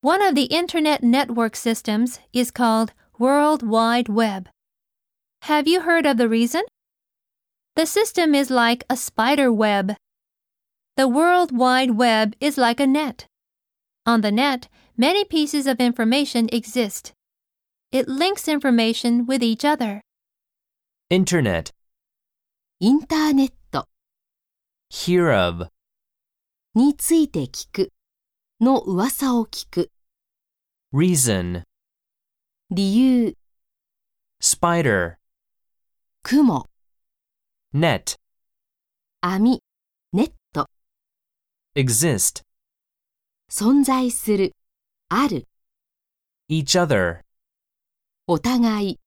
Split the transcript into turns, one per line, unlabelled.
One of the internet network systems is called World Wide Web. Have you heard of the reason? The system is like a spider web. The World Wide Web is like a net. On the net, many pieces of information exist. It links information with each other.
Internet,
インターネット
hear of,
について聞くの噂を聞く
reason,
理由
spider,
雲
net,
網ネット
exist,
存在するある
each other.
お互い